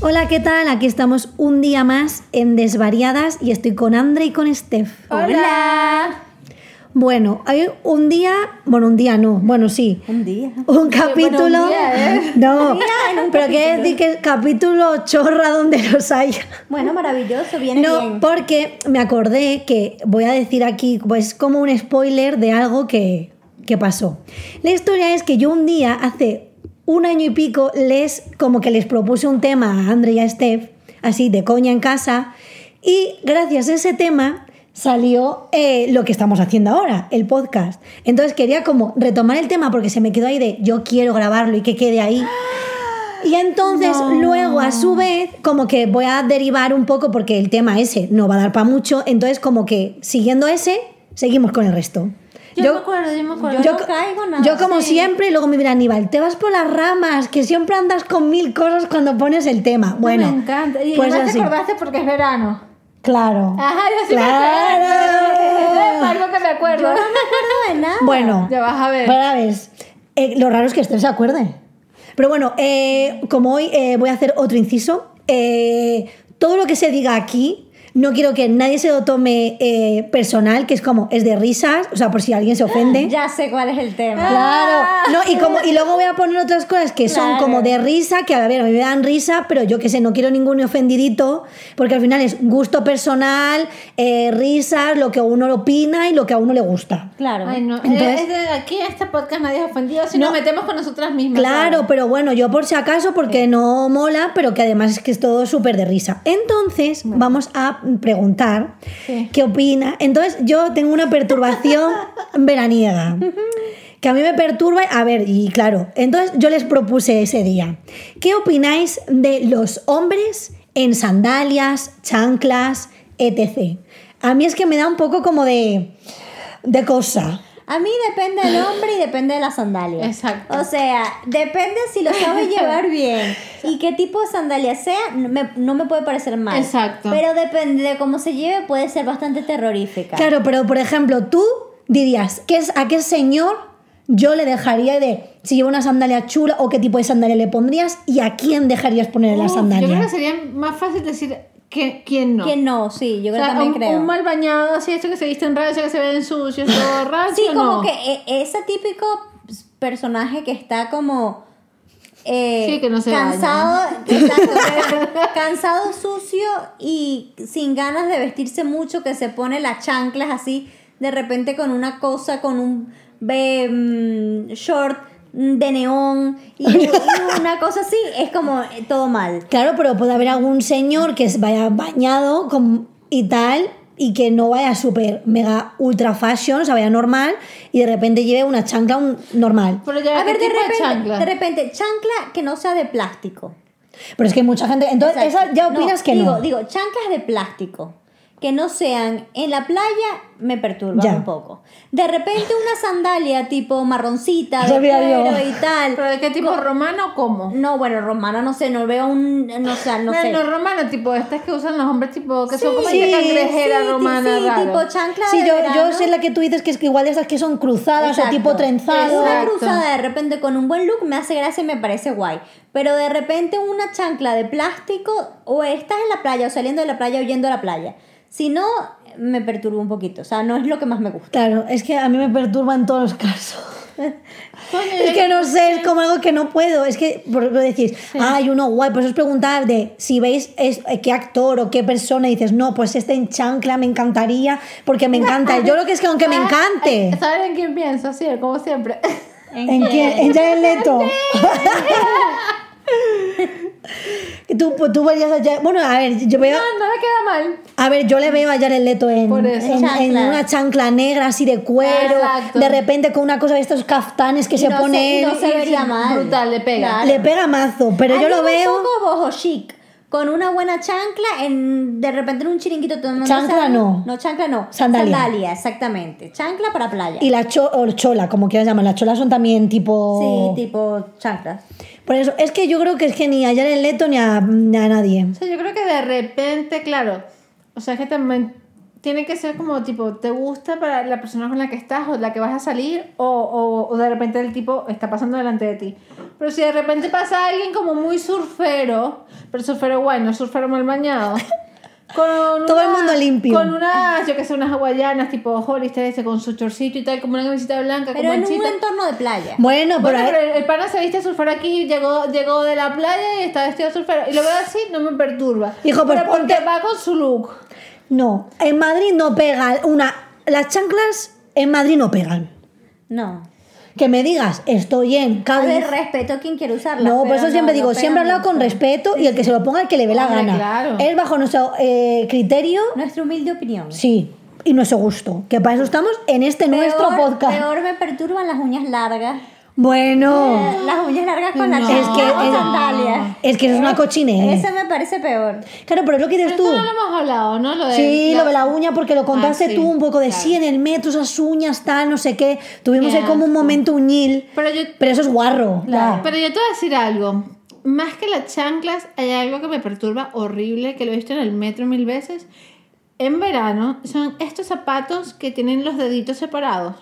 Hola, ¿qué tal? Aquí estamos un día más en Desvariadas y estoy con Andre y con Steph. Hola. Bueno, hay un día, bueno, un día no, bueno, sí. Un día. Un capítulo. bueno, un día, ¿eh? No, Un día en un pero quiere capítulo. decir que capítulo chorra donde los haya. Bueno, maravilloso, viene No, bien. porque me acordé que voy a decir aquí, pues como un spoiler de algo que, que pasó. La historia es que yo un día, hace un año y pico, les como que les propuse un tema a Andre y a Steph, así de coña en casa, y gracias a ese tema salió eh, lo que estamos haciendo ahora, el podcast. Entonces quería como retomar el tema porque se me quedó ahí de yo quiero grabarlo y que quede ahí. Y entonces luego a su vez como que voy a derivar un poco porque el tema ese no va a dar para mucho, entonces como que siguiendo ese seguimos con el resto. Yo, me acuerdo, yo me acuerdo. yo- no caigo nada, yo como sí. siempre, luego me dirá Aníbal, te vas por las ramas, que siempre andas con mil cosas cuando pones el tema. Bueno, me encanta. Y pues además así. te acordaste porque es verano. Claro. Ajá, yo sí me acuerdo. Es claro. algo que me acuerdo. No, de nada. Bueno, Ah, Ya vas a ver. Bueno, a ver, eh, lo raro es que Esther se acuerde. Pero bueno, eh, como hoy eh, voy a hacer otro inciso, eh, todo lo que se diga aquí, no quiero que nadie se lo tome eh, personal, que es como, es de risas, o sea, por si alguien se ofende. Ya sé cuál es el tema. Ah. Claro, no, y, como, y luego voy a poner otras cosas que son Claro. como de risa, que a ver, a mí me dan risa, pero yo que sé, no quiero ningún ofendidito, porque al final es gusto personal, eh, risas, lo que a uno opina y lo que a uno le gusta. Claro. Ay, no. Entonces- es de aquí en este podcast nadie es ofendido si nos metemos con nosotras mismas. Claro, pero bueno, yo por si acaso, porque no mola, pero que además es que es todo súper de risa. Entonces, vamos a preguntar Sí. qué opina. Entonces, yo tengo una perturbación veraniega. Que a mí me perturba, a ver, y claro, entonces yo les propuse ese día, ¿qué opináis de los hombres en sandalias, chanclas, etc.? A mí es que me da un poco como de, de cosa. A mí depende del hombre y depende de las sandalias. Exacto. O sea, depende si lo sabes llevar bien y qué tipo de sandalia sea, no me, no me puede parecer mal. Exacto. Pero depende de cómo se lleve, puede ser bastante terrorífica. Claro, pero por ejemplo, tú dirías, ¿qué es, ¿a qué señor yo le dejaría de si lleva una sandalia chula o qué tipo de sandalia le pondrías y a quién dejarías poner la Uf, Yo creo sandalia? que sería más fácil decir que, quién no. Que no, sí, yo O creo- sea, también un, creo. un mal bañado, así, esto que se visten raro, esto que se ven sucios, todo borracho. Sí, como no. que e- ese típico personaje que está como. eh, Sí, que no se cansado, exacto, cansado, sucio y sin ganas de vestirse mucho, que se pone las chanclas así de repente con una cosa, con un ve- mm, short mm, de neón y, y una cosa así, es como eh, todo mal. Claro, pero puede haber algún señor que se vaya bañado con- y tal y que no vaya súper mega ultra fashion, o sea, vaya normal y de repente lleve una chancla un- normal. Pero ya, A ver, ¿qué de tipo de repente, chancla? de repente, chancla que no sea de plástico. Pero es que hay mucha gente, entonces Exacto. esa ya opinas No, que digo, no. Digo, chanclas de plástico que no sean en la playa me perturban Ya. un poco. De repente una sandalia tipo marroncita, Se de olvida yo. cuero y tal. ¿Pero de qué tipo? ¿Romano o cómo? No, bueno, romana no sé, no veo un no sé, no, No, sé. no, romano, tipo estas que usan los hombres, tipo que son como sí, esta cangrejera sí, ti- romana. sí, raro. tipo chancla Sí, de yo, verano. yo sé la que tú dices que es que igual de esas que son cruzadas Exacto. o tipo trenzado. Una Exacto. cruzada de repente con un buen look me hace gracia y me parece guay. Pero de repente una chancla de plástico o estás en la playa o saliendo de la playa o yendo a la playa. Si no, me perturba un poquito. O sea, no es lo que más me gusta. Claro, es que a mí me perturba en todos los casos. Coño, Es yo- que no sé, es como algo que no puedo. Es que, por ejemplo, decís, ay, uno guay, pues os preguntaba de si veis es, eh, qué actor o qué persona, y dices, no, pues este en chancla me encantaría, porque me encanta. Yo lo que es que aunque me ¿Sabes- encante. ¿Saben en quién pienso? Sí, como siempre. ¿En quién? Eh, En Jared Leto. tú, pues, tú verías a Jared- Bueno, a ver, yo veo. No, no le queda mal. A ver, yo le veo a Jared Leto en, Por eso. en- en Chancla. una chancla negra así de cuero, Exacto. de repente con una cosa de estos caftanes que se no pone sé, él. no se Sí, vería sí, mal. brutal, le pega. Le pega mazo, pero yo Alguien lo veo. Un poco boho chic, con una buena chancla, en, de repente en un chiringuito tomando Chancla sal- no. No, chancla no. Sandalia. exactamente. Chancla para playa. Y la cho- o chola, como quieras llamar. Las cholas son también tipo. Sí, tipo chanclas. Por eso, es que yo creo que es que ni a Jared Leto ni a, ni a nadie. O sea, yo creo que de repente, claro, o sea, es que también tiene que ser como tipo, ¿te gusta para la persona con la que estás o la que vas a salir? O, o- o de repente el tipo está pasando delante de ti. Pero si de repente pasa alguien como muy surfero, pero surfero bueno, surfero mal bañado. Con Todo el una- mundo limpio. Con unas, yo que sé, unas hawaianas tipo Hollister, ese, con su chorcito y tal, como una camiseta blanca, Pero con en un manchita. entorno de playa. Bueno, pero, eh, Bueno, ahí- pero el, el pana se viste a surfar aquí, llegó, llegó de la playa y está vestido de surfero. Y lo veo así, no me perturba. Hijo, pues pero porque ponte- va con su look. no. En Madrid no pega una. Las chanclas en Madrid no pegan. No. Que me digas, estoy en A Cádiz. ver, respeto a quien quiere usarla. No, por pero eso siempre no, digo, no siempre pega hablado con mucho. respeto y el que se lo ponga el que le dé la Hombre, gana. claro. Es bajo nuestro eh, criterio, Nuestra humilde opinión. sí, y nuestro gusto. Que para eso estamos en este nuestro Peor- podcast. Peor me perturban las uñas largas. Eh, Bueno, Las uñas largas con la No. chancla Es que- o es- Eh. sandalias. es que eso es una cochinera. Eso me parece peor. Claro, pero es lo que dices Pero tú. esto no lo hemos hablado, ¿no? Lo de Sí, lo de la uña, porque lo contaste Ah, sí, tú un poco de claro. sí en el metro, esas uñas, tal, no sé qué. Tuvimos Qué ahí como un asco. momento uñil. Pero yo, Pero eso es guarro. Ah, ya. pero yo te voy a decir algo. Más que las chanclas, hay algo que me perturba horrible, que lo he visto en el metro mil veces. En verano son estos zapatos que tienen los deditos separados.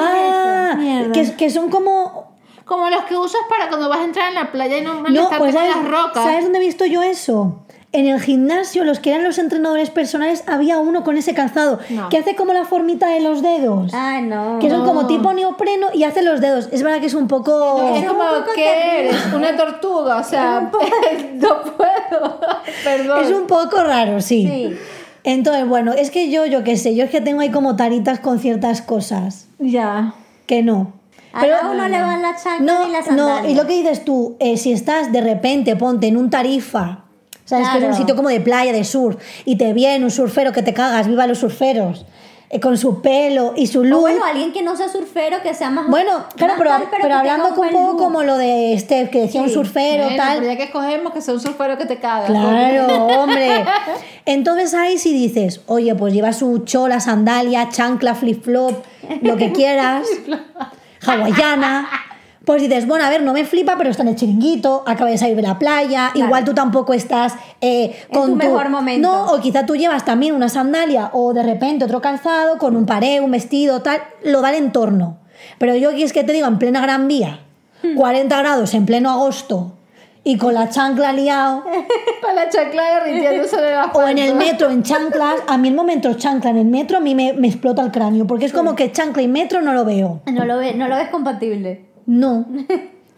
Ah, Mierda. que, que son como. Como los que usas para cuando vas a entrar en la playa y no van a No, estar pues con ¿sabes, las rocas. ¿sabes dónde he visto yo eso? En el gimnasio, los que eran los entrenadores personales, había uno con ese calzado No. que hace como la formita de los dedos. Ay, no. que son como no. tipo neopreno y hace los dedos. Es verdad que es un poco. Es Es un como poco que eres una tortuga, o sea, no puedo. Perdón. Es un poco raro, sí. Sí. Entonces, bueno, es que yo, yo qué sé, yo es que tengo ahí como taritas con ciertas cosas Ya. que Ah, no. a cada uno le van la chancla No, y las sandalias. no, y lo que dices tú, eh, si estás de repente, ponte en un tarifa, sabes que es un Claro. sitio como de playa, de surf, y te viene un surfero que te cagas, viva los surferos, eh, con su pelo y su O luz. bueno, alguien que no sea surfero, que sea más. Bueno, claro, más pero, tal, pero, que hablando tenga un buen poco look. como lo de Steph, que decía un surfero, Bueno, tal. pero ya que escogemos que sea un surfero que te caga. Claro, hombre. Entonces ahí si dices, oye, pues lleva su chola, sandalia, chancla, flip-flop, lo que quieras, hawaiana. Pues dices, bueno, a ver, no me flipa, pero está en el chiringuito, acaba de salir de la playa, igual tú tampoco estás eh, En con tu mejor momento. No, o quizá tú llevas también una sandalia o de repente otro calzado con un paré, un vestido, tal, lo da el entorno. Pero yo aquí es que te digo, en plena Gran Vía, Hmm. 40 grados en pleno agosto y con la chancla liado Con la chancla derritiéndose en el o en el asfalto. metro, en chanclas, a mí el momento chancla en el metro a mí me, me explota el cráneo, porque es como que chancla y metro no lo veo. No lo, ve, no lo ves compatible. No.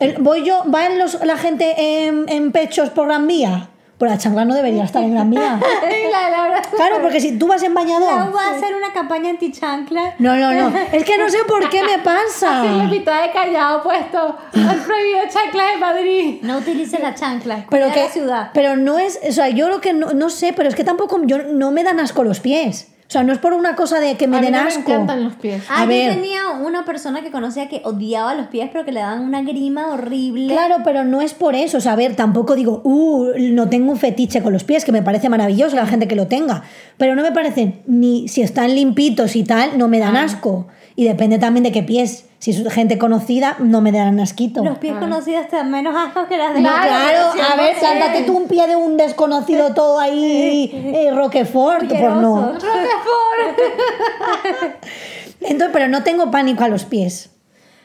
El- voy yo, va en los- la gente en, en pechos por Gran Vía. Por la chancla no debería estar en Gran Vía. Y la de Laura. Claro, porque si tú vas en Lau bañador. va a hacer una campaña anti-chancla. No, no, no. Es que no sé por qué me Así Ah. en la pasa. mitad de callado puesto. Han prohibido chanclas de Madrid. No utilice la chancla. Pero cuida que la ciudad. pero no es, o sea, yo lo que no, no sé, pero es que tampoco yo no me dan asco los pies. O sea, no es por una cosa de que me A mí den no me asco. encantan los pies. a Ah, yo ver. tenía una persona que conocía que odiaba los pies, pero que le daban una grima horrible. Claro, pero no es por eso. O sea, a ver, tampoco digo, uh, no tengo un fetiche con los pies, que me parece maravilloso la gente que lo tenga. Pero no me parecen, ni si están limpitos y tal, no me dan asco. Y depende también de qué pies. Si es gente conocida, no me darán asquito. Los pies conocidos te dan menos asco que las de No, la Ah. claro, versión a ver, más plántate tú un pie de un desconocido todo ahí, eh, Roquefort, pues no. asqueroso. Entonces, pero no tengo pánico a los pies.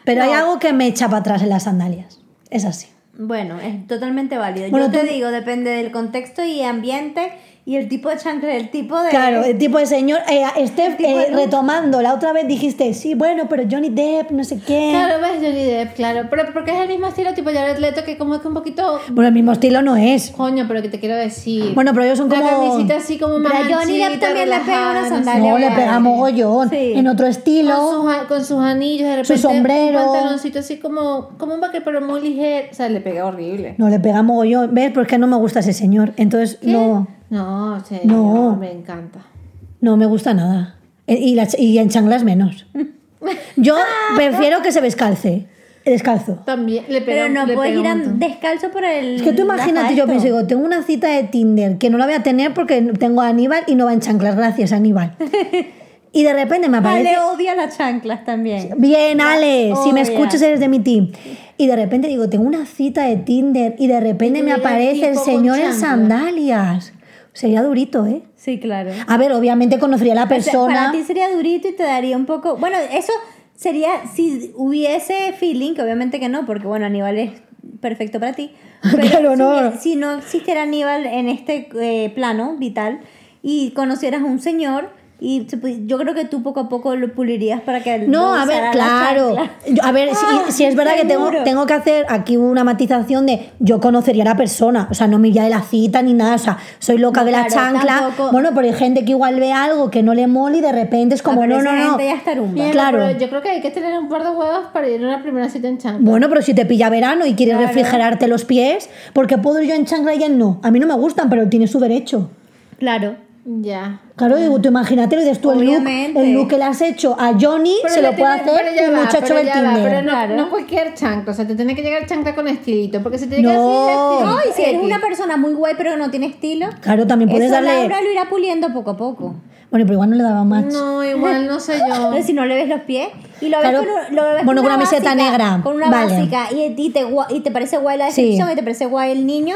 Pero hay algo que me echa para atrás en las sandalias. Es así. Bueno, es totalmente válido. Bueno, Yo te tú- digo, depende del contexto y ambiente y el tipo de chancla, el tipo de... Claro, el tipo de señor. Eh, Steph, tipo de eh, look. retomando, la otra vez dijiste, sí, bueno, pero Johnny Depp, no sé qué. Claro, ves Johnny Depp, claro. Pero porque es el mismo estilo tipo Jared Leto que como es que un poquito... Bueno, el mismo estilo no es. Coño, pero que te quiero decir. Bueno, pero ellos son La como- camisita así como más Pero a Johnny Depp anchita, también le pega relajada, una no sé. sandalia, No, le vale. pega mogollón. Sí. En otro con estilo. sus, a- con sus anillos, de repente Su sombrero. un pantaloncito así como, como un vaquero, pero muy ligero. O sea, le pega horrible. No, le pega mogollón. ¿Ves? Porque no me gusta ese señor. Entonces, no, No, o sea, No. me encanta. no me gusta nada. E- Y, la ch- y en chanclas menos. Yo prefiero que se descalce. Descalzo. También le pega Pero no le puedes pega ir a- un montón. descalzo por el... Es que tú imagínate, yo asfalto. pienso, digo, tengo una cita de Tinder que no la voy a tener porque tengo a Aníbal y no va en chanclas. Gracias, Aníbal. Y de repente me aparece. Ale Ah, odia las chanclas también. Bien, Ale, si me obvia. escuchas eres de mi team. Y de repente digo, tengo una cita de Tinder y de repente Y me llega el aparece el tipo con señor en chancla. sandalias. Sería durito, ¿eh? Sí, claro. A ver, obviamente conocería a la O sea, Para persona. ti sería durito y te daría un poco... Bueno, eso sería si hubiese feeling, que obviamente que no, porque bueno, Aníbal es perfecto para ti. Pero Ah, Claro, si, no. si no existiera Aníbal en este eh, plano vital y conocieras a un señor, y se pu- yo creo que tú poco a poco lo pulirías para que él No, no a ver, usara la claro. chancla. Yo- a ver, si, Ah, si es verdad que tengo, seguro. tengo que hacer aquí una matización de yo conocería a la persona, o sea, no me iría de la cita ni nada, o sea, soy loca de la Claro, chancla. tampoco. Bueno, pero hay gente que igual ve algo que no le mola y de repente es como, Ah, no, pero no, esa no. gente ya está rumba. Mierda, Claro. pero yo creo que hay que tener un par de huevos para ir a una primera cita en chanclas. Bueno, pero si te pilla verano y quieres Claro. refrigerarte los pies, porque puedo ir yo en chancla y él no. A mí no me gustan, pero tiene su derecho. Claro. Ya. Claro, digo, tú imagínate, lo dices tú, el look, Obviamente. el look que le has hecho a Johnny se le lo puede tiene- pero ya hacer un va, muchacho pero del ya va, Tinder. Pero no, Claro. no cualquier chancla, o sea, te tiene que llegar chancla con estilito, porque si te llega No. así... No, estilito, y si eres X. una persona muy guay pero no tiene estilo, Claro, también puedes eso darle. Laura lo irá puliendo poco a poco. Bueno, pero igual no le daba match. No, igual no sé yo. Entonces, si no le ves los pies y lo Claro. ves con, un- lo ves Bueno, con una básica, camiseta negra. Con una Vale. básica y, y te, gua- y te parece guay la Sí. descripción y te parece guay el niño,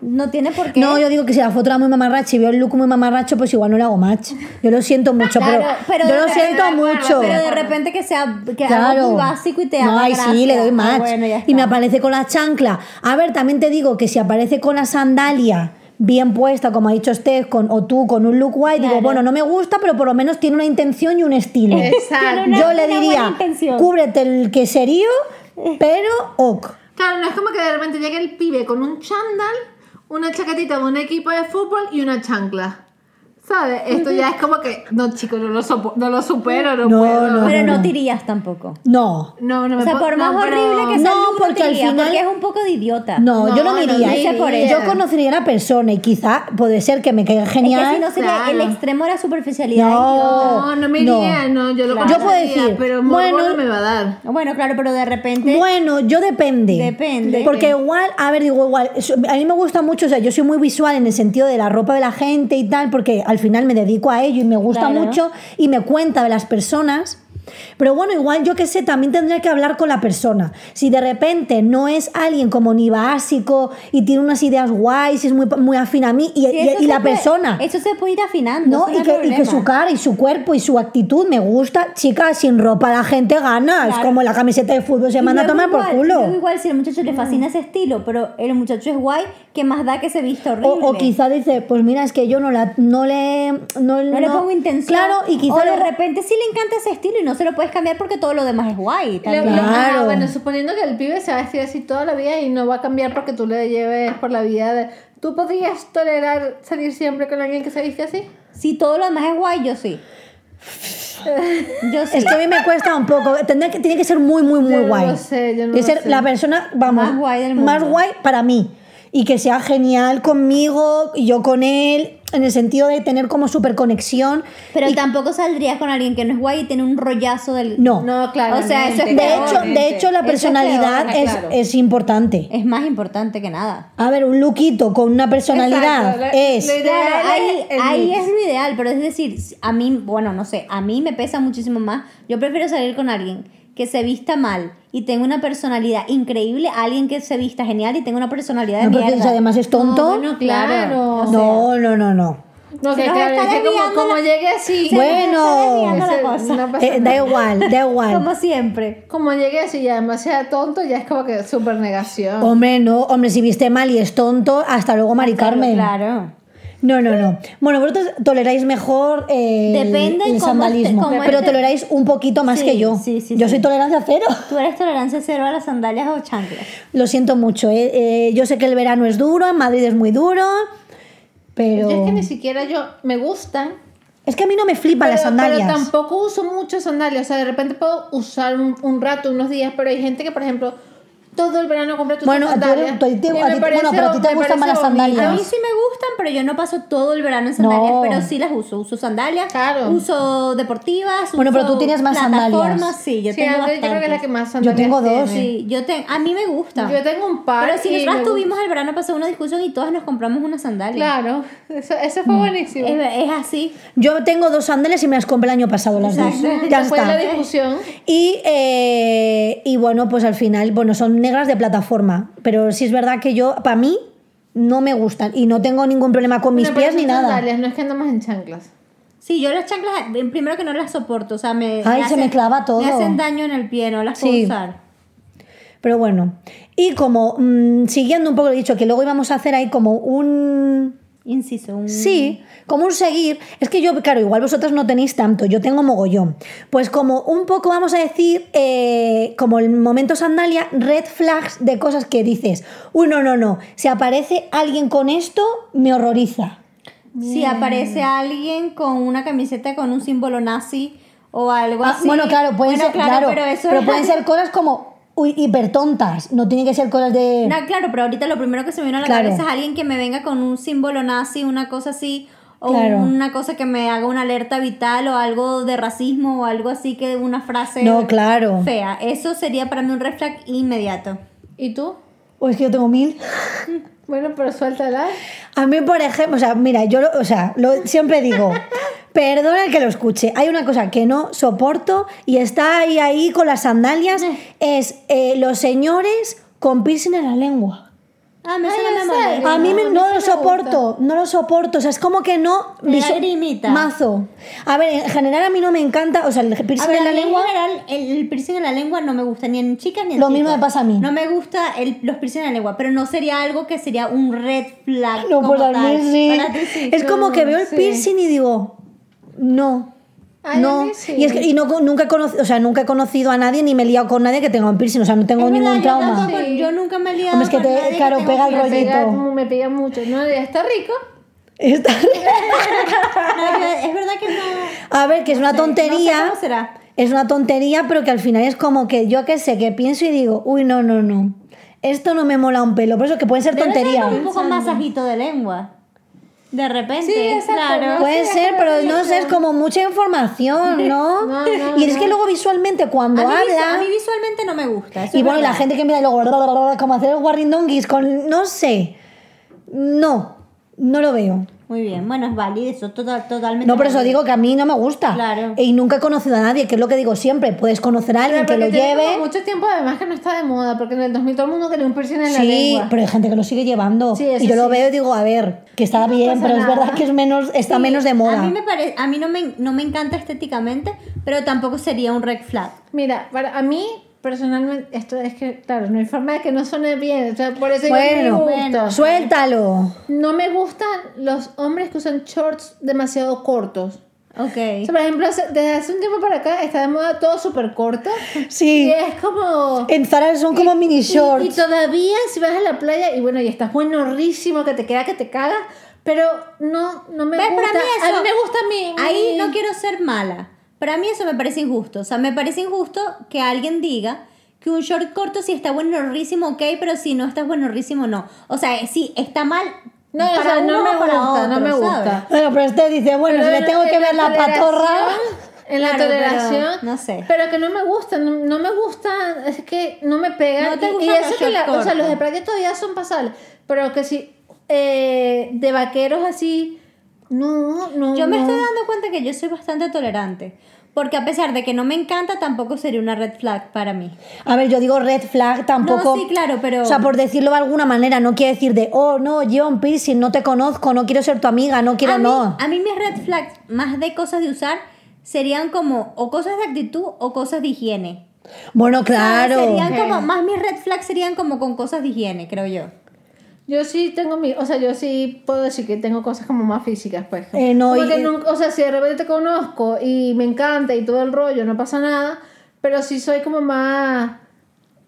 no tiene por qué. No, yo digo que si la foto era muy mamarracha y veo el look muy mamarracho, pues igual no le hago match. Yo lo siento mucho, Claro, pero, pero yo de lo repente- siento mucho. Pero de repente que sea que algo muy básico y te no, haga ay, sí, gracia. le doy Ah, match. bueno, ya y me está. aparece con la chancla. A ver, también te digo que si aparece con la sandalia bien puesta, como ha dicho Steph, con, o tú con un look guay, digo, Claro. bueno, no me gusta, pero por lo menos tiene una intención y un estilo. Exacto. Una- yo le una buena diría, intención. cúbrete el queserío, pero ok. Claro, no es como que de repente llegue el pibe con un chándal, una chaquetita de un equipo de fútbol y una chancla. ¿Sabes? Esto ya es como que, no, chicos, no lo, sopo- no lo supero, no, No, puedo. no. Pero no tirías tampoco. No, No, no me o sea, po- por no, más horrible pero- que sea, No, el look, porque al tirías, final- porque es un poco de idiota. No, yo no No, me no iría. me iría. por eso. Yo conocería a la persona y quizá puede ser que me caiga Es que genial. si no sería Claro. el extremo de la superficialidad. No. idiota. No, no me No. iría, no, yo lo Claro. Yo puedo conocería, decir, pero bueno, bueno- no me va a dar. Bueno, claro, pero de repente. Bueno, yo depende. Depende. Porque igual, a ver, digo, igual, so- a mí me gusta mucho, o sea, yo soy muy visual en el sentido de la ropa de la gente y tal, porque al final me dedico a ello y me gusta Claro. mucho y me cuenta de las personas. Pero bueno, igual yo qué sé, también tendría que hablar con la persona. Si de repente no es alguien como ni básico y tiene unas ideas guays y es muy, muy afín a mí y, Sí, y- eso y se la puede- persona. Eso se puede ir afinando. No, eso y hay que, y que problema. su cara y su cuerpo y su actitud me gusta. Chica, sin ropa la gente gana. Es Claro. como la camiseta de fútbol se Y manda a luego tomar por igual, culo. Mm. luego igual si al muchacho le fascina ese estilo, pero el muchacho es guay, que más da que se vista O, horrible? o quizá dice, pues mira, es que yo no la no le no, no, le pongo intención. Claro, y quizá o de lo- repente sí le encanta ese estilo y no se lo puedes cambiar porque todo lo demás es guay. Lo- también. lo- ajá, Claro. bueno, suponiendo que el pibe se va a vestir así toda la vida y no va a cambiar porque tú le lleves por la vida. de- ¿Tú podrías tolerar salir siempre con alguien que se viste así? Si todo lo demás es guay, yo sí. yo sí. es que a mí me cuesta un poco. Tendría que, tiene que ser muy, muy, muy Yo no guay. lo sé, yo Tiene no que lo ser sé. la persona, vamos, Más guay del más mundo. guay para mí. Y que sea genial conmigo, y yo con él, en el sentido de tener como super conexión. Pero tampoco saldrías con alguien que no es guay y tiene un rollazo del... No. No, claro. O sea, eso es de, peor, hecho, de hecho, la Eso es peor, personalidad está es, claro. es importante. Es más importante que nada. A ver, un lookito con una personalidad Exacto, la- es. la idea- Claro, ahí, el ahí mix. es lo ideal, pero es decir, a mí, bueno, no sé, a mí me pesa muchísimo más. Yo prefiero salir con alguien que se vista mal y tenga una personalidad increíble, a alguien que se vista genial y tenga una personalidad de no, porque mierda. además es tonto. bueno, claro. o sea, no, no, no, no. No, Se que nos claro, está es que como, desviando como la- llegue así. se nos está Bueno. desviando la Ese- cosa. no pasa Eh, da nada. igual, da igual. Como siempre. Como llegue así y además sea tonto, ya es como que súper negación. Hombre, no, hombre, si viste mal y es tonto, hasta luego, Mari Carmen. Claro. No, no, no. Bueno, vosotros toleráis mejor eh, el- Depende el cómo sandalismo, esté- cómo pero esté. toleráis un poquito más Sí, que yo. sí, sí, yo sí. soy tolerancia cero. Tú eres tolerancia cero a las sandalias o chanclas. Lo siento mucho. eh, eh, yo sé que el verano es duro, en Madrid es muy duro, pero Yo es que ni siquiera yo me gustan. a mí no me flipan las pero- sandalias. Pero tampoco uso mucho sandalias. O sea, de repente puedo usar un, un rato, unos días, pero hay gente que, por ejemplo, todo el verano compra tus Bueno, a ti- sandalias. tú- a ti te- Y me a ti- parece- bueno, pero a ti te me gustan más las parece bonito. sandalias. A mí sí me gustan, pero yo no paso todo el verano en sandalias, No. pero sí las uso. Uso sandalias, Claro. uso deportivas, Bueno, pero tú uso tienes más sandalias. plataformas, Sí, yo Sí, tengo Andrés, yo creo que es la que bastantes. más sandalias tengo dos. tiene. Oh, Sí, yo te- a mí me gusta. Yo tengo un par. pero si y me nosotras gusta. tuvimos el verano pasado una discusión y todas nos compramos una sandalia. Claro, eso, eso Mm. fue buenísimo. Es, es así. Yo tengo dos sandalias y me las compré el año pasado las dos. Exacto. Ya Después de la está. discusión. Y, eh, y bueno, pues al final, bueno, son negras de plataforma. Pero sí es verdad que yo, para mí, no me gustan. Y no tengo ningún problema con mis Bueno, pero pies ni son nada. sandalias, no es que andamos en chanclas. Sí, yo las chanclas, eh, primero que no las soporto, o sea, me. Ay, se hacen- me clava todo. Me hacen daño en el pie, no las puedo Sí. usar. Pero bueno. Y como mm, siguiendo un poco lo dicho, que luego íbamos a hacer ahí como un. Inciso. un- Sí, como un seguir. Es que yo, claro, igual vosotros no tenéis tanto, yo tengo mogollón. Pues como un poco vamos a decir, eh, como el momento sandalia, red flags de cosas que dices. Uy, no, no, no. Si aparece alguien con esto, me horroriza. Si aparece alguien con una camiseta con un símbolo nazi o algo Ah, así. Bueno, claro, pueden ser, Bueno, claro, pero pero, eso es- pueden ser cosas como uy, hiper tontas. No tienen que ser cosas de. No, claro, pero ahorita lo primero que se me vino a la Claro. cabeza es alguien que me venga con un símbolo nazi, una cosa así, o Claro. una cosa que me haga una alerta vital o algo de racismo o algo así que una frase No, claro. fea. Eso sería para mí un red flag inmediato. ¿Y tú? O es que yo tengo mil. Bueno, pero suéltala. A mí, por ejemplo, o sea, mira, yo lo- o sea, lo- siempre digo, perdona el que lo escuche, hay una cosa que no soporto y está ahí, ahí con las sandalias, es eh, los señores con piercing en la lengua. Ah, me Ay, suena ¿en memoria. serio? A mí me- a mí no sí lo me soporto, no lo soporto, o sea, es como que no... Me da visu- grimita. Mazo. A ver, en general a mí no me encanta, o sea, el A piercing ver, en a la mí en lengua... general, el, el piercing en la lengua no me gusta ni en chicas ni en Lo mismo chicos. me pasa a mí. No me gusta el, los piercing en la lengua, pero no sería algo que sería un red flag. No, por como a mí tal. sí. Para ti sí. Es como no, que veo el sí. piercing y digo, no. Ah, Ay, a no, mí sí. y, es que- y no, co- nunca, he conocido, o sea, nunca he conocido a nadie ni me he liado con nadie que tenga un piercing, o sea, no tengo Es ningún verdad, yo trauma. tampoco- Sí. Yo nunca me he liado Hombre, es que con te- nadie claro, tenga pega el piercing. Me pega, Rollito. me pega mucho. No, ya está rico. Está- No, yo- es verdad que no. a ver, que es una No sé tontería. cómo será. Es una tontería, pero que al final es como que yo qué sé, que pienso y digo, uy, no, no, no. Esto no me mola un pelo, por eso que pueden ser Debe ser tonterías. como un poco masajito de lengua. De repente. Sí, exacto, Claro. ¿no? Puede Sí, ser, es pero como no eso. sé, es como mucha información, ¿no? No, no, y es no. que luego visualmente cuando a, mí, visu- habla... a mí visualmente no me gusta. eso Y es bueno, y la verdad. gente que mira y luego, como hacer el guarrindonguis con, no sé. No, no lo veo. Muy bien, bueno, es válido, eso total- totalmente. No, por eso válido. digo que a mí no me gusta. Claro. Y nunca he conocido a nadie, que es lo que digo siempre. Puedes conocer a alguien Pero que lo porque tiene como lleve. mucho tiempo además que no está de moda, porque en el 2000 todo el mundo quería un piercing en la Sí, lengua. pero hay gente que lo sigue llevando. Sí, eso y yo lo sí. veo y digo, a ver, que está bien, pasa pero es nada. verdad que es menos, está menos de moda. A mí, me pare- a mí no, me, no me encanta estéticamente, pero tampoco sería un red flag. Mira, para a mí personalmente esto es que claro, no hay forma de que no suene bien, o sea, por eso Bueno, yo no me gusta. Suéltalo. No me gustan los hombres que usan shorts demasiado cortos. O Ok. sea, por ejemplo, hace- desde hace un tiempo para acá está de moda todo súper corto. Y Sí. es como... En Zara son como mini Y, y shorts. todavía si vas a la playa y bueno, y estás buenorrísimo, que te queda que te cagas, pero no, no me ¿Ves? gusta. Para mí a eso- mí me gusta mi... Ahí mi- no quiero ser mala. Para mí eso me parece injusto. O sea, me parece injusto que alguien diga que un short corto si está buenorrísimo, ok, pero si no estás buenorrísimo, no. O sea, sí, está mal. No, o para sea, no uno me o para gusta, no otro, me ¿sabes? gusta. Bueno, pero este dice, bueno, Pero si en- le tengo en que ver la toleración, patorra. En la Claro, pero toleración, no sé. Pero que no me gusta, no, no me gusta, es que no me pega. No te y- y, gustan eso los que la- short o sea, los de cortos. playa todavía son pasables, pero que si eh, de vaqueros así, no, no. Yo me no. estoy dando cuenta que yo soy bastante tolerante. Porque a pesar de que no me encanta, tampoco sería una red flag para mí. A ver, yo digo red flag tampoco. No, sí, claro, pero- O sea, por decirlo de alguna manera, no quiere decir de, oh, no, lleva un piercing, no te conozco, no quiero ser tu amiga, no quiero, a mí, no. A mí mis red flags, más de cosas de usar, serían como o cosas de actitud o cosas de higiene. Bueno, claro. Ah, Serían Ok. como, más mis red flags serían como con cosas de higiene, creo yo. Yo sí tengo mi, o sea, yo sí puedo decir que tengo cosas como más físicas, pues. Eh, no, Como y- que nunca- o sea, si de repente te conozco y me encanta y todo el rollo, no pasa nada, pero sí soy como más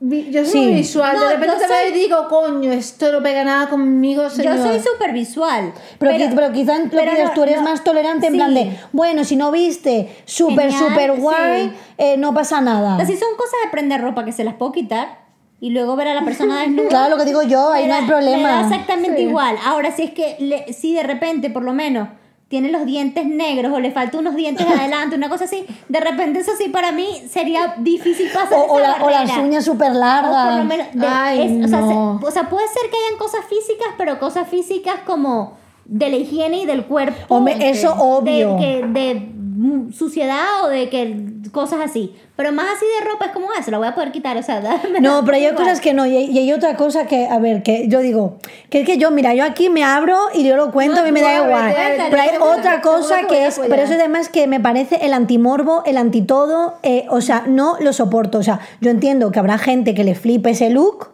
vi- yo soy Sí. muy visual, No, de repente yo te veo y soy- digo, coño, esto no pega nada conmigo, señor. Yo soy súper visual. Pero, qui- pero quizás lo pero que dices no- tú eres no- más tolerante en sí. plan de, bueno, si no viste, súper, Genial, súper sí. guay, eh, no pasa nada. Así son cosas de prender ropa que se las puedo quitar y luego ver a la persona desnuda. Claro, lo que digo yo, ahí Me no da- hay me da problema. exactamente Sí. igual. Ahora, si es que le- si de repente, por lo menos, tiene los dientes negros o le falta unos dientes adelante, una cosa así, de repente eso sí para mí sería difícil pasar. O, o esa la- o las barrera. uñas súper O por lo largas. menos de- Ay, es- o, sea, se- no. o sea, puede ser que hayan cosas físicas, pero cosas físicas como de la higiene y del cuerpo. Hombre, eso de- obvio. que- De, mm, suciedad o de que cosas así. Pero más así de ropa es como, ah, se la voy a poder quitar, o sea, dame- No, pero hay igual. cosas que no. Y hay, y hay otra cosa que, a ver, que yo digo, que es que yo, mira, yo aquí me abro y yo lo cuento, a mí me tú da ábrete, igual. ábrete, Pero hay seguro- otra seguro cosa que voy que a es, apoyar. pero eso es además que me parece el antimorbo, el antitodo, eh, o sea, no lo soporto. O sea, yo entiendo que habrá gente que le flipe ese look.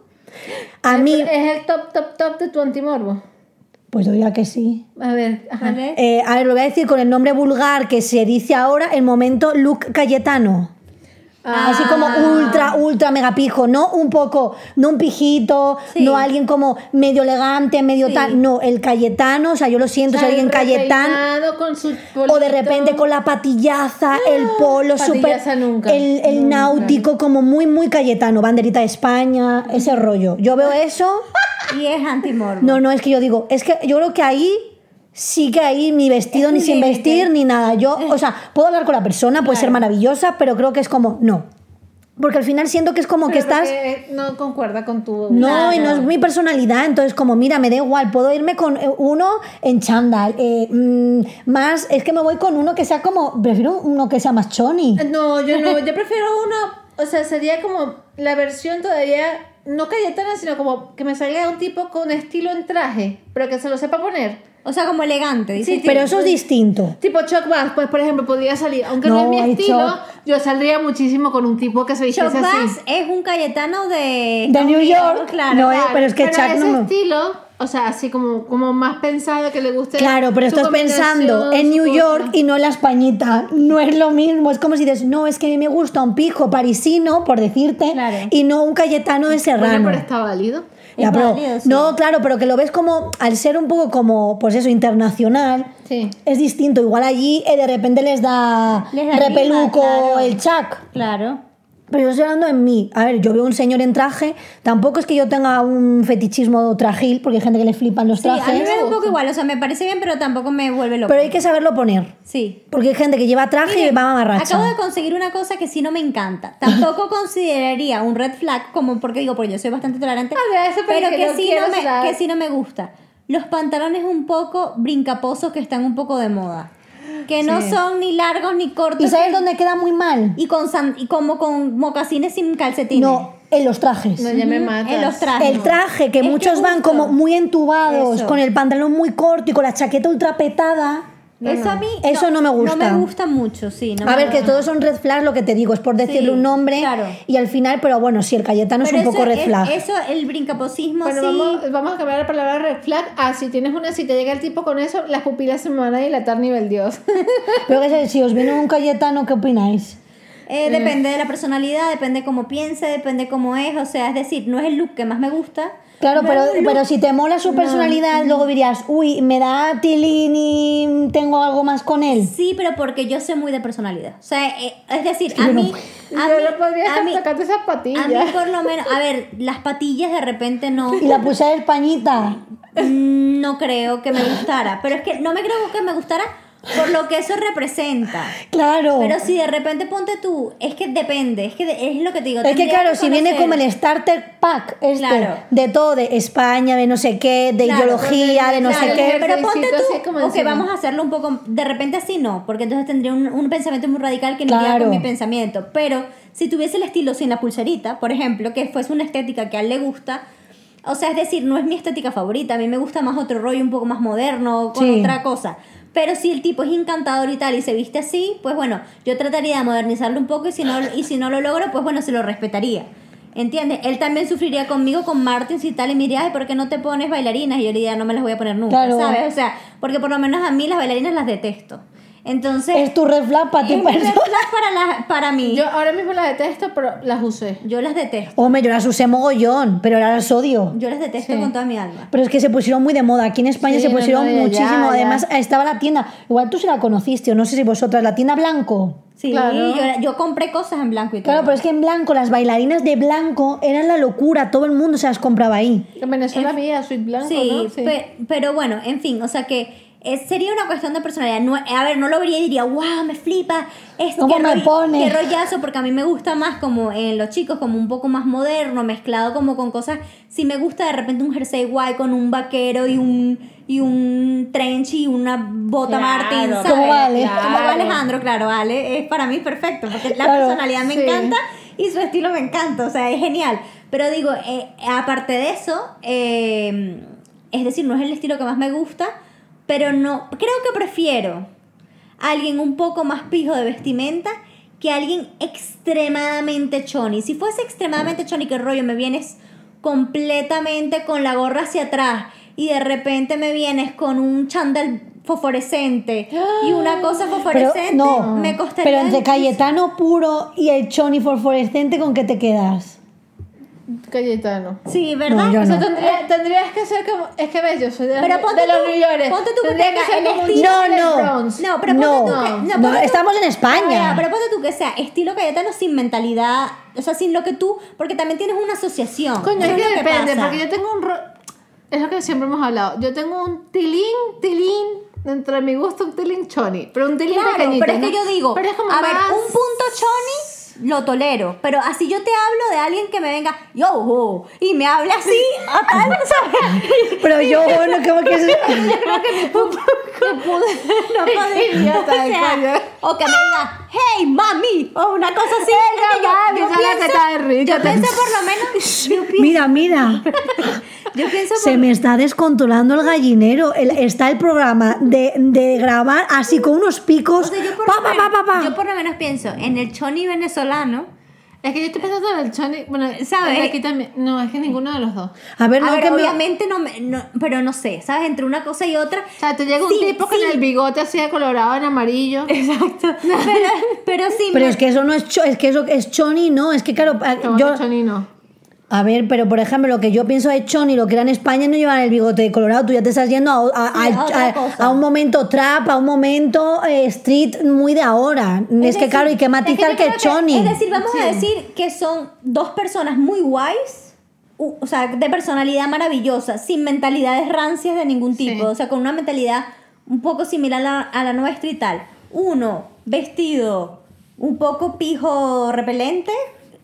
A mí, Es el top, top, top de tu antimorbo. eh, pues yo diría que sí. A ver, ajá. ¿Vale? Eh, a ver, lo voy a decir con el nombre vulgar que se dice ahora, el momento look Cayetano. Ah. Así como ultra, ultra mega pijo, no un poco, no un pijito, Sí. no alguien como medio elegante, medio Sí. tal, no, el Cayetano, o sea, yo lo siento, si el alguien Cayetano, repeinado con su o de bolito. repente con la patillaza, el polo, súper, Ah, patillaza nunca. el, el Nunca. náutico, como muy, muy Cayetano, banderita de España, ese rollo. Yo Ah. veo eso, Y es antimorbo. no, no, es que yo digo, es que yo creo que ahí sí que ahí ni vestido, ni sin límite. vestir, ni nada. Yo, o sea, puedo hablar con la persona, puede ser maravillosa, pero creo que es como, no. Porque al final siento que es como Pero que estás... porque No concuerda con tu. No, Claro. y no es mi personalidad. Entonces, como, mira, me da igual, puedo irme con eh, uno en chándal. eh, mm, más, es que me voy con uno que sea como, prefiero uno que sea más choni. No, yo no. Yo prefiero uno. O sea, sería como la versión todavía. No Cayetana, sino como que me salga un tipo con estilo en traje, pero que se lo sepa poner. O sea, como elegante. dices tú. Pero eso es distinto. Tipo Chuck Bass, pues por ejemplo, podría salir. Aunque no, No, es mi hay estilo, Chuck. yo saldría muchísimo con un tipo que se vistiese Chuck así. Bass es un cayetano de... De New York, claro, no, eh, claro. pero es que Chuck ese no me- estilo, o sea, así como, como más pensado que le guste. Claro, pero su estás pensando combinación, en su New cosa. York y no en la Españita. No es lo mismo. Es como si dices, no, es que a mí me gusta un pijo parisino, por decirte, Claro. y no un cayetano de Bueno, Serrano. pero está válido. Ya, Es pero- válido, sí. No, claro, pero que lo ves como, al ser un poco como, pues eso, internacional, Sí. es distinto. Igual allí eh, de repente les da, Les da repeluco rima, claro. el chac. Claro. Pero yo estoy hablando en mí. A ver, yo veo un señor en traje. Tampoco es que yo tenga un fetichismo trajil, porque hay gente que le flipan los Sí, a mí trajes. me da un poco igual, o sea, me parece bien, pero tampoco me vuelve loco. pero hay que saberlo poner. Sí. Porque hay gente que lleva traje y Miren, va a mamarracha. Acabo de conseguir una cosa que sí no me encanta. Tampoco consideraría un red flag como porque digo, porque yo soy bastante Ah, tolerante, A ver, eso pero porque que no sí quiero no me usar. que sí no me gusta. Los pantalones un poco brincaposos que están un poco de moda, que no Sí. son ni largos ni ¿Y cortos sabes dónde queda muy mal? y con san- y como con mocasines sin calcetines. Mm, No, en los trajes. No, ya me matas. en los trajes. el traje, que Es que muchos van justo. como muy entubados, Eso. con el pantalón muy corto y con la chaqueta ultra petada. eso a mí Eso no me gusta. No me gusta mucho, sí, no a me ver, que gusta. todos son red flags, lo que te digo, es por decirle Sí, un nombre claro. y al final, pero bueno, sí, el Cayetano es Pero un poco eso red flag. Eso, el brincaposismo Bueno, sí. vamos, vamos a cambiar la palabra red flag. Ah, si tienes una, si te llega el tipo con eso, las pupilas se me van a dilatar nivel Dios. Pero que sé, si os viene un Cayetano, ¿qué opináis? Eh, Depende de la personalidad, depende cómo piense, depende cómo es. O sea, es decir, no es el look que más me gusta. Claro, no pero, es un look- pero si te mola su personalidad, luego dirías, uy, me da tilín y tengo algo más con él. Sí, pero porque yo soy muy de personalidad. O sea, eh, es decir, yo a no mí. Yo A no mí, podría a mí, sacarte esas a mí patillas. por lo menos. A ver, las patillas de repente no. mm, Y la puse españita. No creo que me gustara. Pero es que no me creo que me gustara por lo que eso representa. Claro. Pero si de repente ponte tú, es que depende, es que de- es lo que te digo. Es que tendría claro, si viene conocer. como el starter pack este, Claro. de todo, de España, de no sé qué, de Claro, ideología, de no sé Claro, qué. el pero ponte ejercicio así como tú, ok, encima. vamos a hacerlo un poco, de repente así no, porque entonces tendría un, un pensamiento muy radical que no iría Claro. con mi pensamiento, pero si tuviese el estilo sin la pulserita, por ejemplo, que fuese una estética que a él le gusta, o sea, es decir, no es mi estética favorita, a mí me gusta más otro rollo un poco más moderno, con Sí. otra cosa. Pero si el tipo es encantador y tal y se viste así, pues bueno, yo trataría de modernizarlo un poco y si no, y si no lo logro, pues bueno, se lo respetaría. ¿Entiendes? Él también sufriría conmigo con Martins y tal y me diría, ay, ¿por qué no te pones bailarinas? Y yo le diría, no me las voy a poner nunca, Claro. ¿sabes? O sea, porque por lo menos a mí las bailarinas las detesto. Entonces, Es tu red flag para ti, es un red persona. flag para, la- para mí. Yo, Yo ahora mismo las detesto, pero las usé. las detesto. Hombre, yo las usé mogollón, pero ahora las odio. Yo las detesto Sí. con toda mi alma. Pero es que se pusieron muy de moda. Aquí en España Sí, se no, pusieron no, ya, muchísimo. ya. Además, estaba la tienda. Igual tú se la conociste, o no sé si vosotras, la tienda blanco. Sí, Claro. yo, yo compré cosas en blanco y todo. Claro, pero es que en blanco, las bailarinas de blanco eran la locura. Todo el mundo se las compraba ahí. En Venezuela había Sweet Blanco, Sí, ¿no? pe- pero bueno, en fin, o sea que es- sería una cuestión de personalidad. No- a ver, no lo vería y diría, wow, me flipa. Es, ¿Cómo qué me roll- pone?" qué rollazo, porque a mí me gusta más como en los chicos, como un poco más moderno, mezclado como con cosas. Si me gusta de repente un jersey guay con un vaquero y un, y un trench y una bota Claro, Martin. ¿sabes? como vale. Como Claro. Alejandro, claro, Ale. Es para mí perfecto, porque la Claro. personalidad me Sí. encanta y su estilo me encanta, o sea, es genial. Pero digo, eh, aparte de eso, eh, es decir, no es el estilo que más me gusta, pero no, creo que prefiero a alguien un poco más pijo de vestimenta que a alguien extremadamente choni. Si fuese extremadamente choni, que rollo, me vienes completamente con la gorra hacia atrás y de repente me vienes con un chándal fosforescente y una cosa Pero fosforescente, no, me costaría pero entre muchísimo. Cayetano puro y el Choni fosforescente, ¿con qué te quedas? Cayetano. Sí, ¿verdad? No, yo O sea, no. tendría- tendrías que ser como. Es que ves, yo soy de, las- Pero ponte de los tú- New Yorkers. ponte tú que Tendría tenga el como un estilo- John No, no. Jones. No, pero ponte no, tú que- no, no, ponte tú- estamos en Ah, España. pero ponte tú que sea estilo Cayetano sin mentalidad, o sea, sin lo que tú, porque también tienes una asociación. Coño, Eso es que lo depende, pasa. porque yo tengo un... ro- Es lo que siempre hemos hablado. Yo tengo un tilín, tilín, dentro de mi gusto un tilín choni, pero un tilín Claro, pequeñito. pero es que ¿no? yo digo, Pero es como a ver, más- un punto choni lo tolero, pero así yo te hablo de alguien que me venga, yo, oh", y me habla así, a tal, ¿sabes? Pero yo, bueno, como que es- No podría. Idiota de o, sea, coño. o que me diga, hey, mami, o una cosa así. Venga, que yo- mami, yo ya la pienso- teta de Yo rica, te- pienso por lo menos, yo, pi- Mira, mira. yo pienso por Se me está descontrolando el gallinero. El- está el programa de, de grabar así con unos picos. O sea, yo por, Pa, lo pa, menos, pa, pa, pa. yo por lo menos pienso en el choni venezolano. Es que yo estoy pensando en el choni, bueno, ¿Sabes? ¿sabes? Aquí también. No, es que ninguno de los dos. O A ver, a no, ver, que me- obviamente no, me- no- pero no sé, ¿sabes? Entre una cosa y otra. sea, te llega un Sí, tipo sí. Eh, con el bigote así de colorado en amarillo. Exacto. Pero, pero sí, Pero me- es que eso no es, cho- es que eso es choni, no. Es que claro, a- Como yo. que choni no. A ver, pero por ejemplo, lo que yo pienso de choni, lo que era en España, no llevan el bigote de colorado. Tú ya te estás yendo a, a- a- Sí, a Ah, otra a- cosa. a un momento trap, a un momento eh, street muy de ahora. Es, que decir, claro, hay que es matizar yo que, creo choni. Es decir, vamos a decir que son dos personas muy guays, u- o sea, de personalidad maravillosa, sin mentalidades rancias de ningún Sí. tipo, o sea, con una mentalidad un poco similar a la, a la nuestra y tal. Uno, vestido un poco pijo repelente.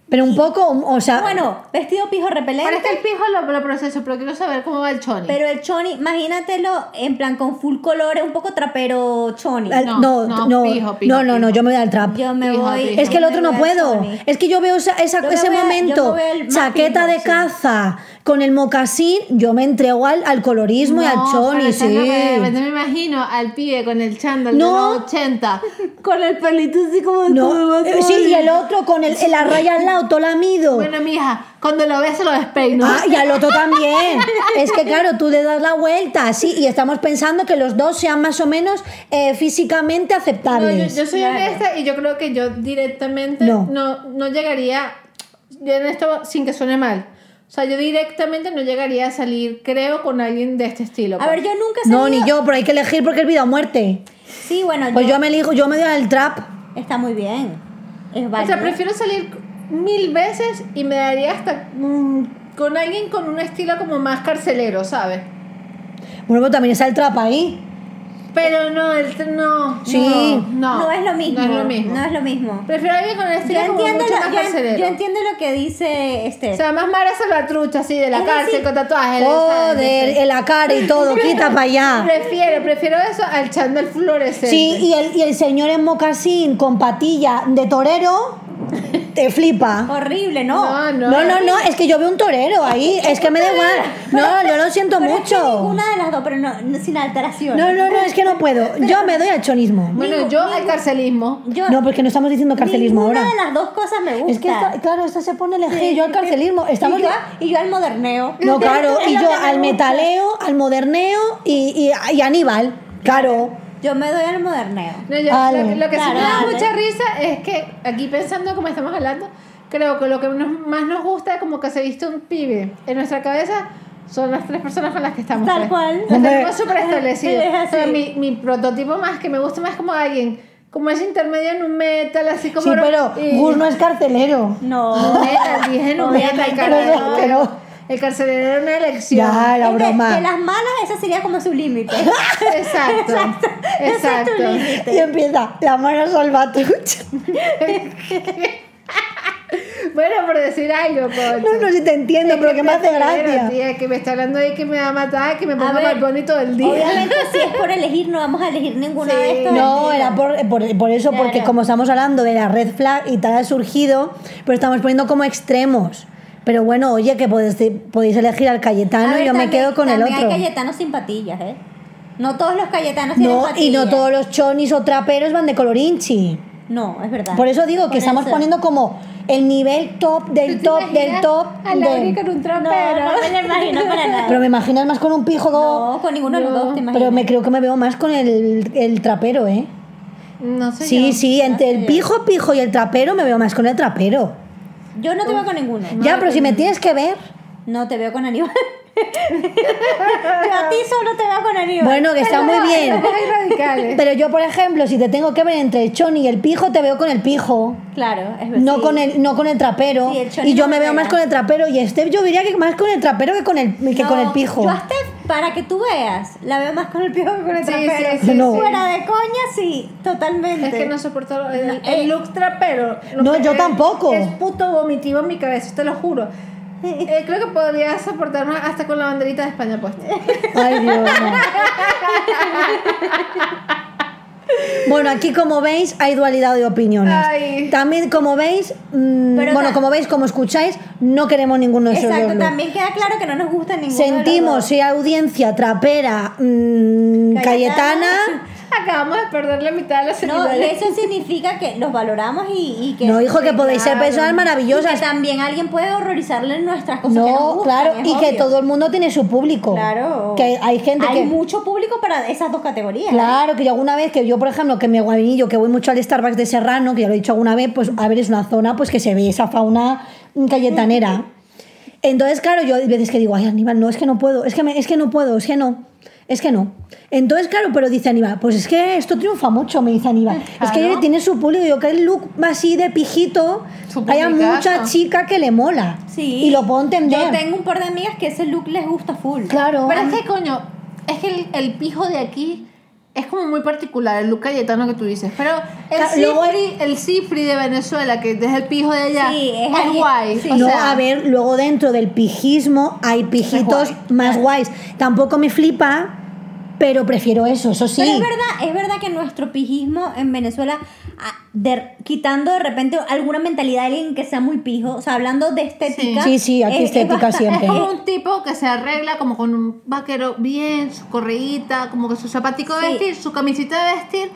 pero un poco, o sea, Bueno, vestido pijo repelente. Pero es que el pijo lo, lo proceso, pero quiero saber cómo va el choni. Pero el choni, imagínatelo en plan con full colores, un poco trapero choni. al- no, no, no, no, no, pijo, pijo, no, no, pijo. yo me voy al trap. Yo me Pijo, voy. pijo. Es que el yo otro me no voy al puedo. choni. Es que yo veo esa- esa- Yo me ese voy a- yo momento, me voy al más chaqueta pijo, de sí. caza con el mocasín, yo me entrego al, al colorismo y al choni, pero sí. esa es la que de repente me imagino al pibe con el chándal No. de los 80, con el pelito así como No, todo eh, sí, y el otro con el, la raya al lado, todo lamido. Bueno, mija, cuando lo ves se lo despeino. Ah, y al otro también. Es que claro, tú le das la vuelta, sí, y estamos pensando que los dos sean más o menos eh, físicamente No, yo, aceptables. yo soy Claro. honesta y yo creo que yo directamente No. no. No, llegaría, yo en esto sin que suene mal, o sea, yo directamente no llegaría a salir, creo, con alguien de este estilo. A ver, yo nunca he No, salido- ni yo, pero hay que elegir porque es vida o muerte. Sí, bueno, Pues yo- yo me elijo, yo me doy al trap. Está muy bien. Es o válido. sea, prefiero salir mil veces y me daría hasta mm, con alguien con un estilo como más carcelero, ¿sabes? Bueno, pero también está el trap ahí. Pero no, el, no. Sí. No, no, es lo mismo. No es lo mismo. No es lo mismo. Prefiero alguien con el Yo estilo como entiendo, mucho más lo, yo, en- carcelero. yo entiendo lo que dice este. O sea, más Mara Salvatrucha, así, de la Es cárcel, decir- oh, con tatuajes. Joder, ¿sabes? en la cara y todo, quita para allá. Prefiero, prefiero eso al chándal fluorescente. Ah. Sí, y el, y el señor en mocasín con patilla de torero, te flipa. Horrible, ¿no? No, No, no, no, es que yo veo un torero ahí, es que me da igual. No, yo lo siento Pero es que mucho. ninguna de las dos, pero no, no- sin alteración. No, no, no, es que no puedo. Yo me doy al chonismo. Bueno, yo al carcelismo. Yo, No, porque no estamos diciendo carcelismo ninguna ahora. de las dos cosas me gusta. Es que, esta- claro, esto se pone LG, yo al carcelismo. Estamos y, yo, y yo al moderneo. No, claro, Es y lo yo que me al eh. gusta. metaleo, al moderneo y, y, y Aníbal. Claro. Yo me doy al moderneo. No, yo- Ale. lo, lo que sí Claro, me da Ale. mucha risa es que, aquí pensando como estamos hablando, creo que lo que nos- más nos gusta es como que se viste un pibe. En nuestra cabeza son las tres personas con las que estamos. Tal pues. cual. Las Hombre. tenemos súper establecidas. Es así. O sea, mi, mi prototipo más que me gusta más como alguien, como es intermedio en un metal, así como... Sí, pero y- Gus no es carcelero. No. Metal, dije en un metal, Obviamente Pero, carajo. pero El carcelero era una elección. Ya, la Es de- broma. De, las malas, esa sería como su límite. Exacto. Ese es tu Exacto. Y empieza la mano salvatrucha. Bueno, por decir algo, Concha. No, no sé si te entiendo, pero que me hace Pero, gracia. tía, que me está hablando de que me va a matar, que me ponga ver, mal bonito el día. Obviamente, si es por elegir, no vamos a elegir ninguna Sí. de estas. No, mentiras. era por, por- por eso, Claro. porque como estamos hablando de la red flag y tal ha surgido, pero estamos poniendo como extremos. Pero bueno, oye, que podéis, podéis elegir al A Cayetano ver, y yo me también- quedo con el también otro. hay cayetanos sin patillas, ¿eh? No todos los cayetanos tienen No, patillas. y no todos los chonis o traperos van de colorinchi. No, es verdad. Por eso digo que Por estamos eso. poniendo como el nivel top del top del top. A del- la con un No, trapero. no me lo imagino para nada. Pero me imaginas más con un pijo como- no, con ninguno de los No, dos, te imaginas. Pero me creo que me veo más con el, el trapero, ¿eh? No sé Sí, yo. sí, entre el yo. pijo, pijo y el trapero me veo más con el trapero. Yo no te veo con ninguno. ya, pero si me tienes que ver. No te veo con Aníbal. Yo a ti solo te veo con Aníbal. Bueno, que está muy bien. Somos irradicales. Pero yo, por ejemplo, si te tengo que ver entre el choni y el pijo, te veo con el pijo. Claro, es verdad. No, Pues Sí. con el, no con el trapero. Sí, el choni y yo no me me veo más veo. con el trapero. Y Steph, yo diría que más con el trapero que con el, que con No, el pijo. Yo a Steph, para que tú veas, la veo más con el pijo que con el Sí, trapero. sí, sí, No. sí. Fuera de coña, sí, totalmente. Es que no soporto el, el eh. look trapero. Lo No, que yo es- tampoco. Es puto vomitivo en mi cabeza, te lo juro. Eh, creo que podría soportarme hasta con la banderita de España puesta. Ay, Dios. Bueno, aquí como veis hay dualidad de opiniones. Ay. También como veis, mm, Pero bueno, ta- como veis, como escucháis, no queremos ninguno de esos Exacto, dos looks. también queda claro que no nos gusta ninguno. de los Sentimos dos. si audiencia trapera mm, Cayetana. Cayetana. Acabamos de perder la mitad de la serie. No, y eso significa que los valoramos y, y que. No, hijo, que sí, podéis ser claro. personas Y maravillosas. que también alguien puede horrorizarle nuestras cosas. que nos No, gustan, claro, es y que obvio. todo el mundo tiene su público. Claro. Que hay gente Hay que. mucho público para esas dos categorías. Claro, que yo alguna vez, que yo, por ejemplo, que me guavinillo, que voy mucho al Starbucks de Serrano, que ya lo he dicho alguna vez, pues a ver, es una zona pues que se ve esa fauna cayetanera. Entonces, claro, yo hay veces que digo, ay, Aníbal, no, es que no puedo, es que, me- es que no puedo, es que no, es que no. Entonces, claro, pero dice Aníbal, pues es que esto triunfa mucho, me dice Aníbal. Es que Claro. tiene su público, yo que el look así de pijito, Su hay a publicazo. mucha chica que le mola. Sí. Y lo puedo entender. Yo tengo un par de amigas que ese look les gusta full. Claro. Pero es que, coño, es que el, el pijo de aquí es como muy particular, el look cayetano que tú dices. Pero el Claro, luego cifri, el cifri de Venezuela, que es el pijo de allá, Sí, es es, alguien- guay. sí. O no, sea, a ver, luego dentro del pijismo hay pijitos guay, más guays. Tampoco me flipa, pero prefiero eso, eso sí. Pero es verdad, es verdad que nuestro pijismo en Venezuela, ah, de- quitando de repente alguna mentalidad de alguien que sea muy pijo, o sea, hablando de estética. Sí, sí, aquí estética basta- siempre. Es como un tipo que se arregla como con un vaquero bien, su correíta, como que su zapatico de Sí. vestir, su camisita de vestir,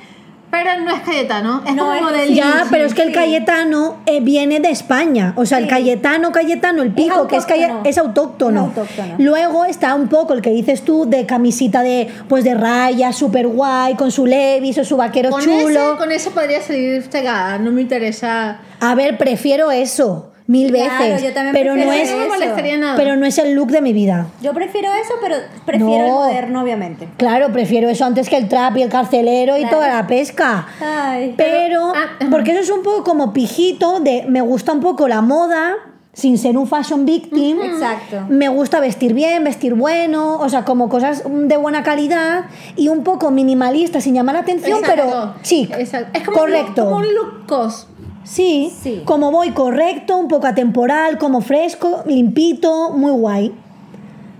pero no es cayetano, es No, como es- modelín. ya, pero es que el sí. Cayetano eh, viene de España. O sea, el Sí. Cayetano, Cayetano, el pijo, que es, calle- autóctono. es autóctono. Es autóctono. Luego está un poco el que dices tú de camisita de pues de raya, súper guay, con su Levis o su vaquero Con chulo. ese, con ese podría salir cegada, no me interesa. A ver, prefiero eso mil Claro, veces. yo también pero no prefiero es, Eso no me molestaría nada. pero no es el look de mi vida. Yo prefiero eso, pero prefiero el No. moderno, obviamente. Claro, prefiero eso antes que el trap y el carcelero y Claro. toda la pesca. Ay. Pero, ah, porque eso es un poco como pijito de me gusta un poco la moda sin ser un fashion Mm, victim. Exacto. Me gusta vestir bien, vestir bueno, o sea, como cosas de buena calidad y un poco minimalista sin llamar la atención, pero Exacto. chic. Exacto. Es como correcto. Un, como un look cos. Sí, Sí. como voy correcto, un poco atemporal, como fresco, limpito, muy guay.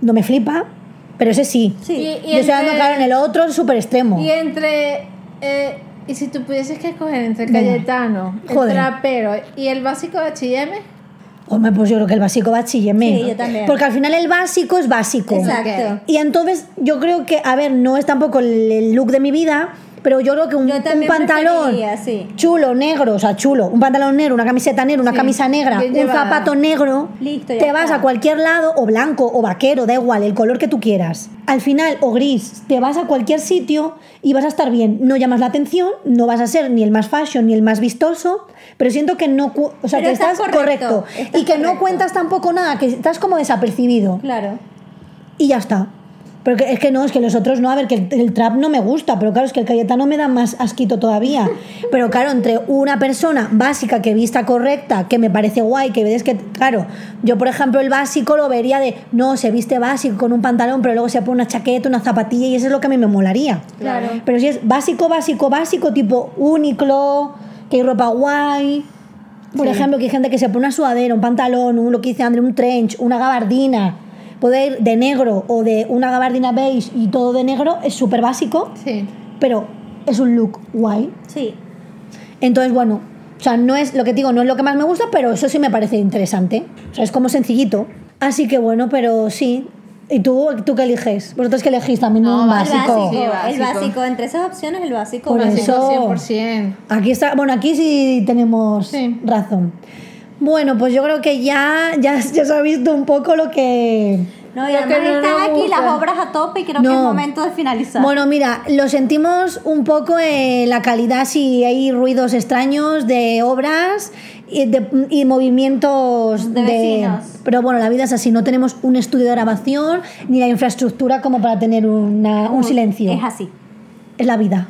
No me flipa, pero ese sí. Sí. Y- Yo estoy dando entre- claro en el otro súper extremo. Y entre. eh, y si tú pudieses que escoger entre el Venga. Cayetano, el Joder. trapero y el básico de HM, Hombre, pues yo creo que el básico va chilleme. Sí, yo también. Porque al final el básico es básico. Exacto. Y entonces yo creo que, a ver, no es tampoco el, el look de mi vida, pero yo creo que un, Yo un también pantalón preferiría, sí. chulo, negro, o sea, chulo, un pantalón negro, una camiseta negra, una Sí, camisa negra, bien un llevada. zapato negro, Listo, ya te vas está. a cualquier lado, o blanco, o vaquero, da igual, el color que tú quieras. Al final, o gris, te vas a cualquier sitio y vas a estar bien. No llamas la atención, no vas a ser ni el más fashion ni el más vistoso, pero siento que no... cu- O sea, Pero que estás estás, correcto, correcto. estás y que no correcto. cuentas tampoco nada, que estás como desapercibido. Claro. Y ya está. Pero que- es que no, es que los otros no, a ver, que el, el trap no me gusta, pero claro, es que el Cayetano me da más asquito todavía. Pero claro, entre una persona básica que vista correcta, que me parece guay, que ves que, claro, yo por ejemplo el básico lo vería de, no, se viste básico con un pantalón, pero luego se pone una chaqueta, una zapatilla y eso es lo que a mí me molaría. Claro. Pero si es básico, básico, básico, tipo Uniqlo, que hay ropa guay. Por ejemplo, que hay gente que se pone una sudadera, un pantalón, un, lo que dice André, un trench, una gabardina. Puede ir de negro o de una gabardina beige y todo de negro es súper básico, Sí. pero es un look guay. Sí. Entonces, bueno, o sea, no es lo que te digo, no es lo que más me gusta, pero eso sí me parece interesante. O sea, es como sencillito. Así que bueno, pero sí. ¿Y tú, tú qué eliges? ¿Vosotros qué elegís también? No, un el básico. Sí, El básico. El básico. básico. Entre esas opciones, el básico. Por básico. eso. 100%. Aquí está, bueno, aquí sí tenemos Sí. razón. Bueno, pues yo creo que ya, ya, ya se ha visto un poco lo que. No, y Lo que además no están nos aquí gusta. las obras a tope y creo No. que es momento de finalizar. Bueno, mira, lo sentimos un poco eh, la calidad si hay ruidos extraños de obras y, de- y movimientos De vecinos. Pero bueno, la vida es así, no tenemos un estudio de grabación ni la infraestructura como para tener una- un silencio. Es así. Es la vida.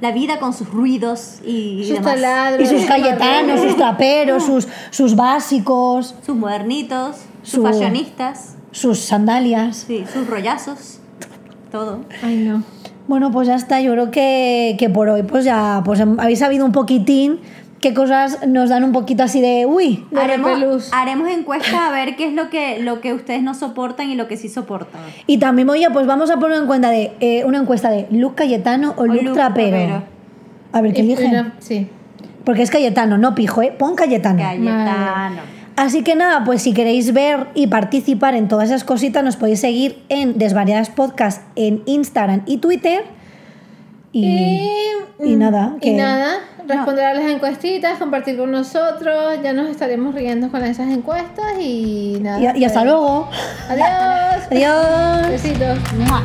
La vida con sus ruidos y, y Sus demás. taladros. Y sus sus cayetanos, sus traperos, sus, sus básicos, Sus modernitos, sus Su- fashionistas, sus sandalias. sí, sus rollazos. Todo. barberos. Ay, no. Bueno, pues ya está. Yo creo que, que por hoy, pues ya pues hem- habéis sabido un poquitín qué cosas nos dan un poquito así de uy. De repelús. Haremos, haremos encuestas a ver qué es lo que, lo que ustedes no soportan y lo que sí soportan. Y también, oye, pues vamos a poner en cuenta de eh, una encuesta de Luke Cayetano o, Luke Luke Trapero. Trapero. A ver qué Y- y eligen. no- Sí. Porque es Cayetano, no pijo, ¿eh? Pon Cayetano. Cayetano. Así que nada, pues si queréis ver y participar en todas esas cositas, nos podéis seguir en Desvariadas Podcast en Instagram y Twitter. Y, y mm, nada, Y que- nada. Responder a las encuestitas, compartir con nosotros. Ya nos estaremos riendo con esas encuestas y nada. Pues, y- y hasta luego. Adiós. Adiós. Besitos. ¡Mua!